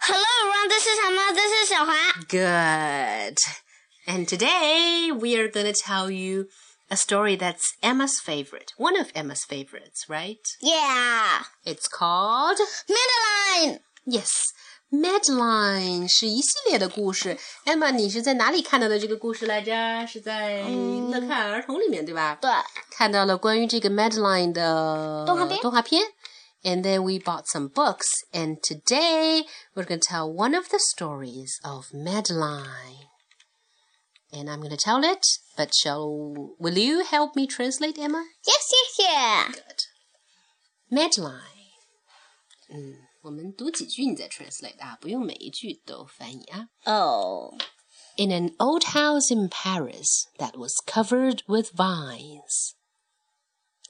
Hello, everyone. This is Emma. This is Xiaohua. Good. And today we are going to tell you a story that's Emma's favorite. One of Emma's favorites, right? Yeah. It's called Madeline. Yes. Madeline 是一系列的故事。Emma，你是在哪里看到的这个故事来着？是在《乐看儿童》里面，对吧？对，看到了关于这个 Madeline 的动画片动画片。And then we bought some books, and today we're going to tell one of the stories of Madeline. And I'm going to tell it, but shall will you help me translate, Emma? Yes, yes, yeah. Good. Madeline，嗯，我们读几句，你再 translate 啊，不用每一句都翻译啊。 Oh. in an old house in Paris that was covered with vines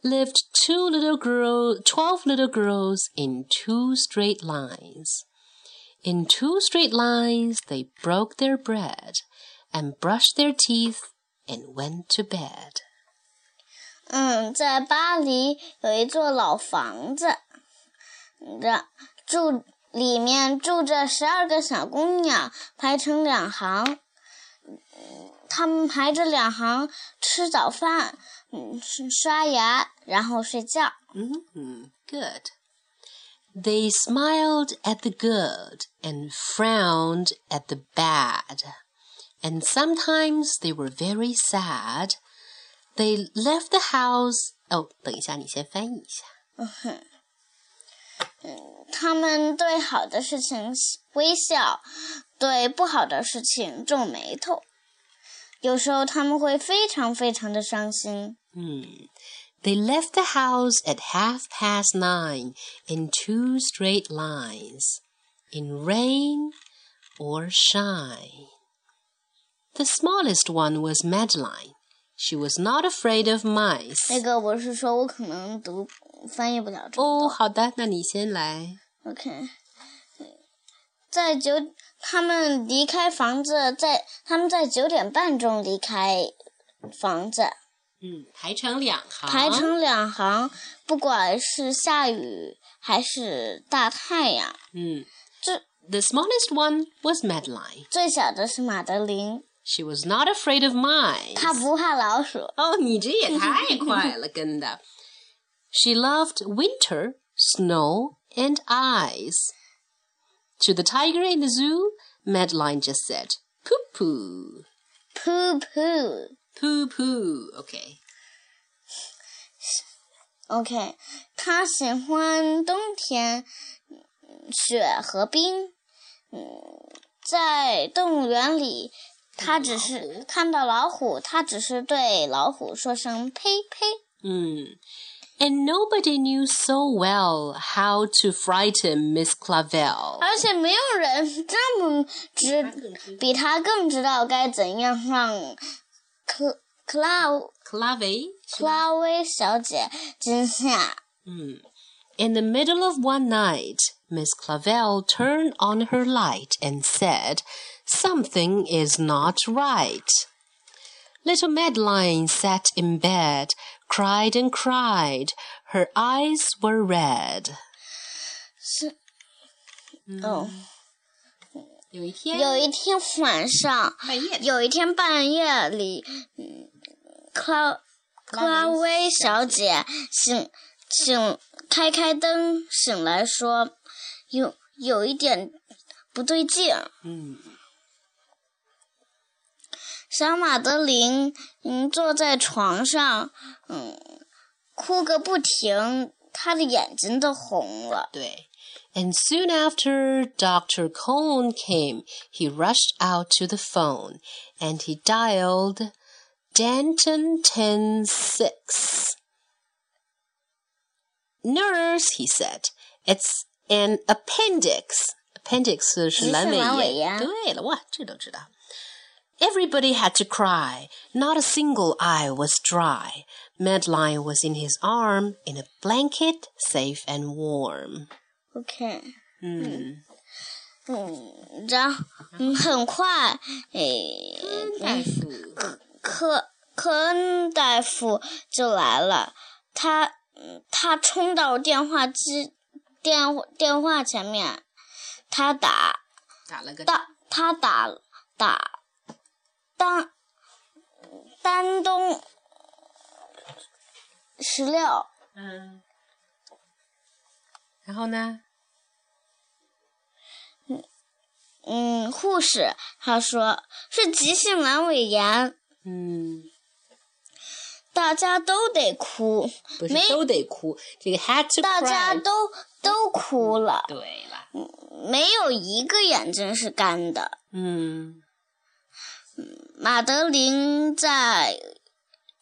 lived two little girl, 12 little girls in two straight lines. In two straight lines, they broke their bread and brushed their teeth and went to bed. 嗯，在巴黎有一座老房子，这住里面住着十二个小姑娘，排成两行。嗯她们排着两行吃早饭，嗯，吃刷牙，然后睡觉。 Mm, good. They smiled at the good and frowned at the bad. And sometimes they were very sad. They left the house. Oh, 哦，等一下，你先翻译一下。她们对好的事情微笑，对不好的事情皱眉头。有时候她们会非常非常的伤心。Hmm. They left the house at half past nine in two straight lines, in rain or shine. The smallest one was Madeline. She was not afraid of mice. 那个我是说，我可能读翻译不了这哦，么 Oh, 好的，那你先来。多。OK，在九，他们离开房子，在他们在九点半钟离开房子，嗯，排成两行，排成两行，不管是下雨还是大太阳，嗯。这 The smallest one was Madeline. 最小的是马德琳， She was not afraid of mice. 她不怕老鼠。哦，你这也太快了，跟的。She loved winter, snow, and ice. To the tiger in the zoo, Madeline just said, "Poo poo, Poo poo。 poo poo." Okay. OK，他喜欢冬天嗯雪和冰。嗯，在动物园里，他只是看到老虎，他只是对老虎说声“呸呸 Mm. And nobody knew so well how to frighten Miss ”，Clavel. 而且没有人这么知比他更知道该怎样让克克拉，Clave 克拉薇小姐惊吓。 In the middle of one night, Miss Clavel turned on her light and said, Something is not right. Little Madeline sat in bed, cried and cried. Her eyes were red. 是，哦，有一天晚上。有一天半夜里，嗯，克拉克拉薇小姐醒醒开开灯醒来说，有有一点不对劲。小马德琳嗯坐在床上，嗯，哭个不停，她的眼睛都红了。 And soon after, Dr. Cohn came. He rushed out to the phone and he dialed Denton 106. Nurse, he said, it's an appendix. Appendix 是阑尾炎。对了，哇，这都知道。Everybody had to cry. Not a single eye was dry. Madeline was in his arm, in a blanket, safe and warm. OK，嗯。嗯，然后嗯很快，诶、大夫，科科恩大夫就来了，他嗯他冲到电话机电电话前面，他打打了个打他打打丹丹东十六，嗯，然后呢？嗯，护士他说是急性阑尾炎，嗯，大家都得哭，不是没都得哭，这个 had to cry。大家都都哭了，对了，没有一个眼睛是干的。嗯马德琳在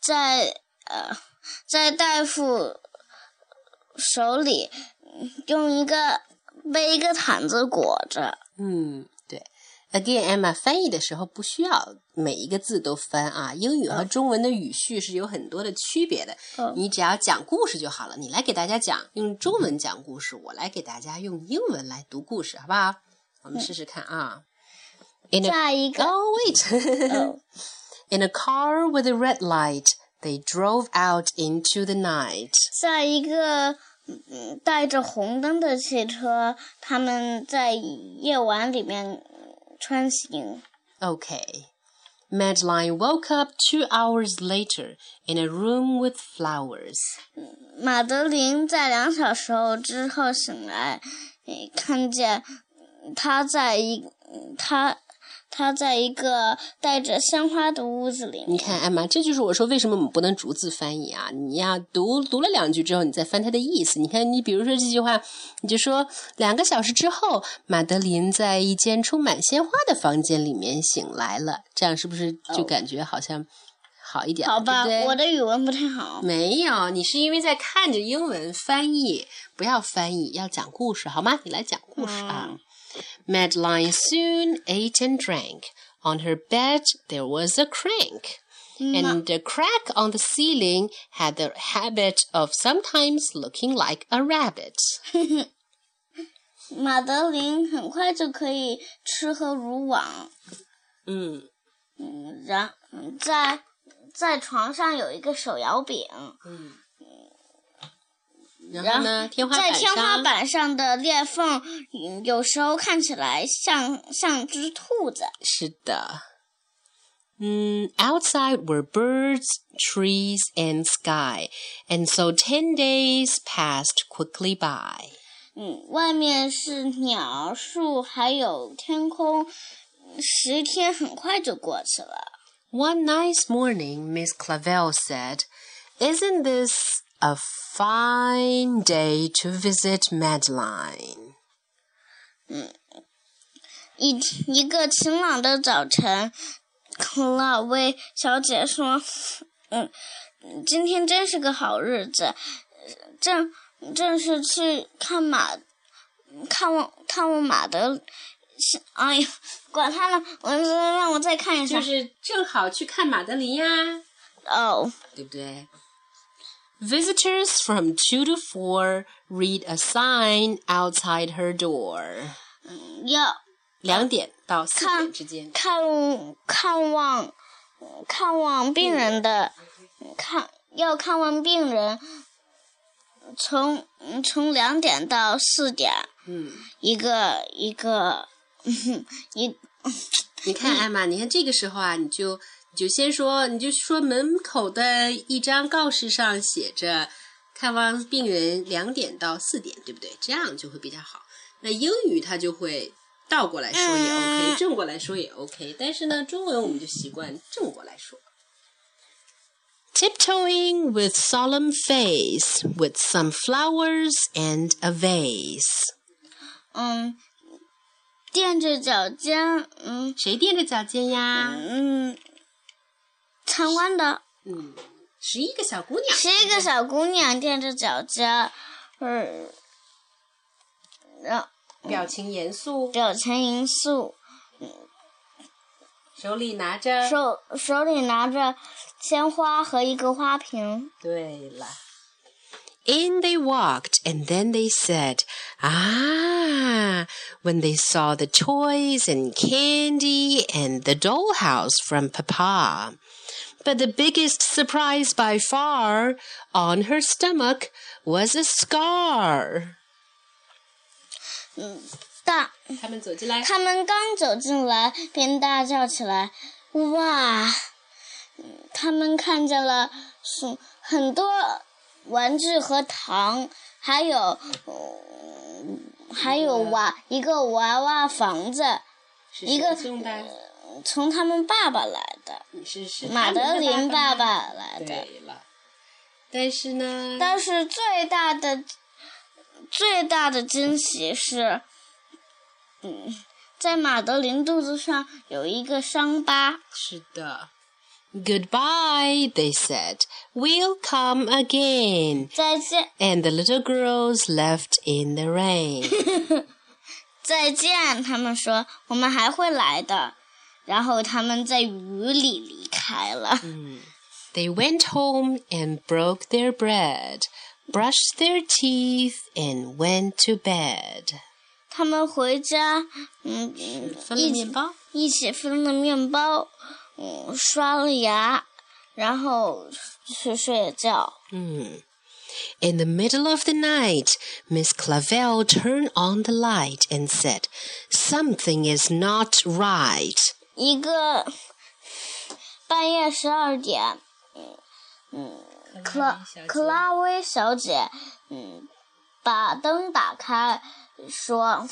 在呃在大夫手里嗯用一个被一个毯子裹着，嗯，对。Again, Emma，翻译的时候不需要每一个字都翻啊，英语和嗯中文的语序是有很多的区别的。嗯你只要讲故事就好了。你来给大家讲，用中文讲故事，我来给大家用英文来读故事，好不好？我嗯们试试看啊。In a 再一个 oh wait. 哦 In a car with a red light, they drove out into the night. 在一个嗯带着红灯的汽车，他们在夜晚里面穿行。 Okay. Madeline woke up two hours later in a room with flowers. 马德琳在两小时后之后醒来，诶看见嗯她在一嗯她她在一个带着鲜花的屋子里你面。看，艾玛，这就是我说为什么我们不能逐字翻译啊！你要读读了两句之后，你再翻它的意思。你看，你比如说这句话，你就说两个小时之后，马德琳在一间充满鲜花的房间里面醒来了，这样是不是就感觉好像好一点了？哦好吧，对不对我的语文不太好。没有，你是因为在看着英文翻译，不要翻译，要讲故事好吗？你来讲故事啊。Madeline soon ate and drank. On her bed there was a crank, Mm, and the crack on the ceiling had the habit of sometimes looking like a rabbit. 马德琳很快就可以吃喝如往。嗯嗯，然嗯在在床上有一个手摇柄，嗯。然后呢？天花板在上，天花板上的裂缝，嗯有时候看起来像像只兔子。是的。嗯，outside were birds, trees, and sky, and so ten days passed quickly by. 嗯，外面是鸟、树，还有天空。十天很快就过去了。 One nice morning, Miss Clavel said, "Isn't this a fine day to visit Madeline?" 一一个晴朗的早晨，克拉薇小姐说：“嗯，今天真是个好日子，正正是去看马，看望看望马德。”哎呀，管他呢，我让我再看一下。就是正好去看马德琳呀，哦，对不对？Visitors from two to four read a sign outside her door. 要两点到四看点之间。看看望看望病人的，看要看望病人，从嗯从两点到四点，嗯，一个一个，嗯一你看艾玛，你看这个时候啊，你就你就先说，你就说门口的一张告示上写着看望病人两点到四点，对不对？这样就会比较好。那英语它就会倒过来说也 OK，、正过来说也 OK，但是呢，中文我们就习惯正过来说。Tiptoeing with solemn face, with some flowers and a vase。嗯，垫着脚尖，嗯谁垫着脚尖呀？嗯，参观的嗯，十一个小姑娘，是一个小姑娘垫着脚尖，嗯，然后表情严肃，表情严肃。手里拿着。手手里拿着鲜花和一个花瓶。对了。In they walked, and then they said, Ah, when they saw the toys and candy and the dollhouse from Papa. But the biggest surprise by far on her stomach was a scar. 大他们走进来，他们刚走进来，便大叫起来：“哇！”他们看见了是很多玩具和糖，还有、嗯还有娃一个娃娃房子，是一个谁送的，呃从他们爸爸来的，是是马他德们的琳爸爸爸妈来的。对了，但是呢，但是最大的最大的惊喜是，嗯，在马德琳肚子上有一个伤疤。是的。Goodbye, they said. We'll come again. 再见， And the little girls left in the rain. 再见，他们说我们还会来的。然后他们在雨里离开了。 They went home and broke their bread, brushed their teeth, and went to bed. 他们回家，嗯，嗯一起一起分了面包，嗯，刷了牙，然后去睡觉。 In the middle of the night, Miss Clavel turned on the light and said, Something is not right. 一个半夜十二点，嗯嗯，克拉克拉薇小姐，嗯，把灯打开，说，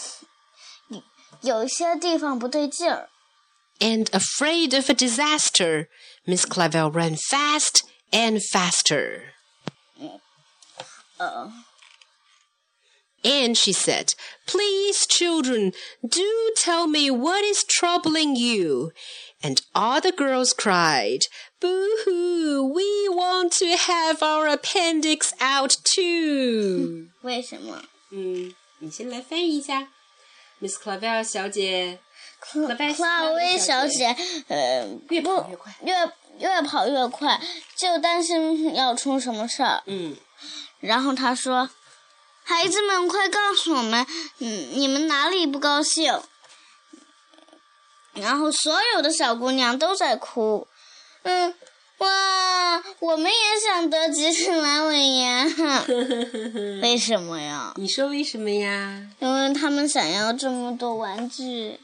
嗯有一些地方不对劲儿。 And afraid of a disaster, Miss Clavel ran fast and faster. 呃， And she said, Please, children, do tell me what is troubling you. And all the girls cried, Boo hoo, we want to have our appendix out too. 为什么？嗯，你先来翻译一下，Miss Clavel 小姐。克克拉薇克拉薇小小姐姐，呃，越跑不越快越越跑越快，就担心要出什么事儿。嗯然后她说：“孩子们，快告诉我们，嗯，你们哪里不高兴？”然后所有的小姑娘都在哭。嗯，哇，我们也想得急性阑尾炎，哼 为什么呀？因为他们想要这么多玩具。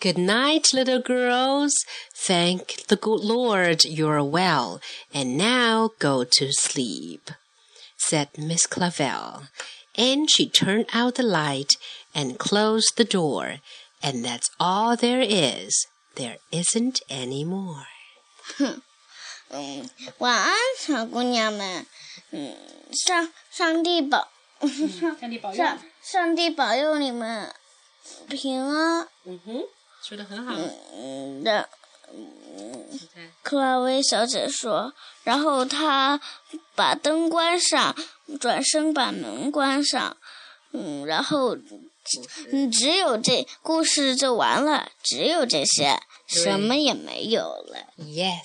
Good night, little girls. Thank the good Lord you're well, and now go to sleep, said Miss Clavel. And she turned out the light and closed the door, and that's all there is. There isn't any more. 嗯，晚安，小姑娘们。嗯，上上帝保上上帝保佑你们平安。嗯的，克拉薇小姐说。然后她把灯关上，转身把门关上。嗯，然后嗯，只有这故事就完了，只有这些，什么也没有了。 Yes.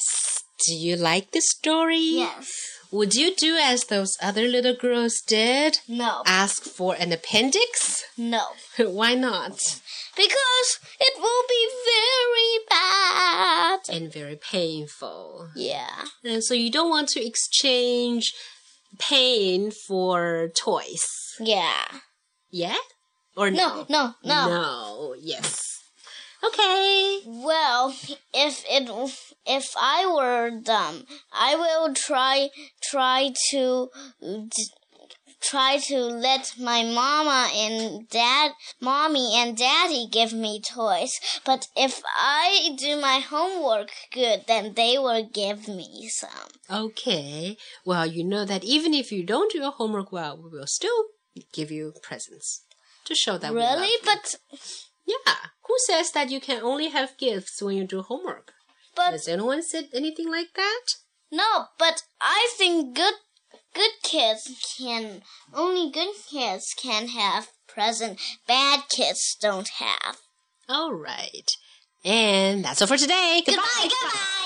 Do you like the story? Yes. Would you do as those other little girls did? No. Ask for an appendix? Uh, No. Why not? Because it will be very bad. And very painful. Yeah. And so you don't want to exchange pain for toys. Yeah. Yeah? Or No, no? no, no. No, yes. Okay. Well, if it if I were them, I will try try to d- try to let my mama and dad, mommy and daddy give me toys. But if I do my homework good, then they will give me some. Okay. Well, you know that even if you don't do your homework well, we will still give you presents to show that we love Really? you. But Yeah. Who says that you can only have gifts when you do homework? but Has anyone said anything like that? No, but I think good good kids can only good kids can have present. Bad kids don't have. All right. And that's all for today. Goodbye. goodbye.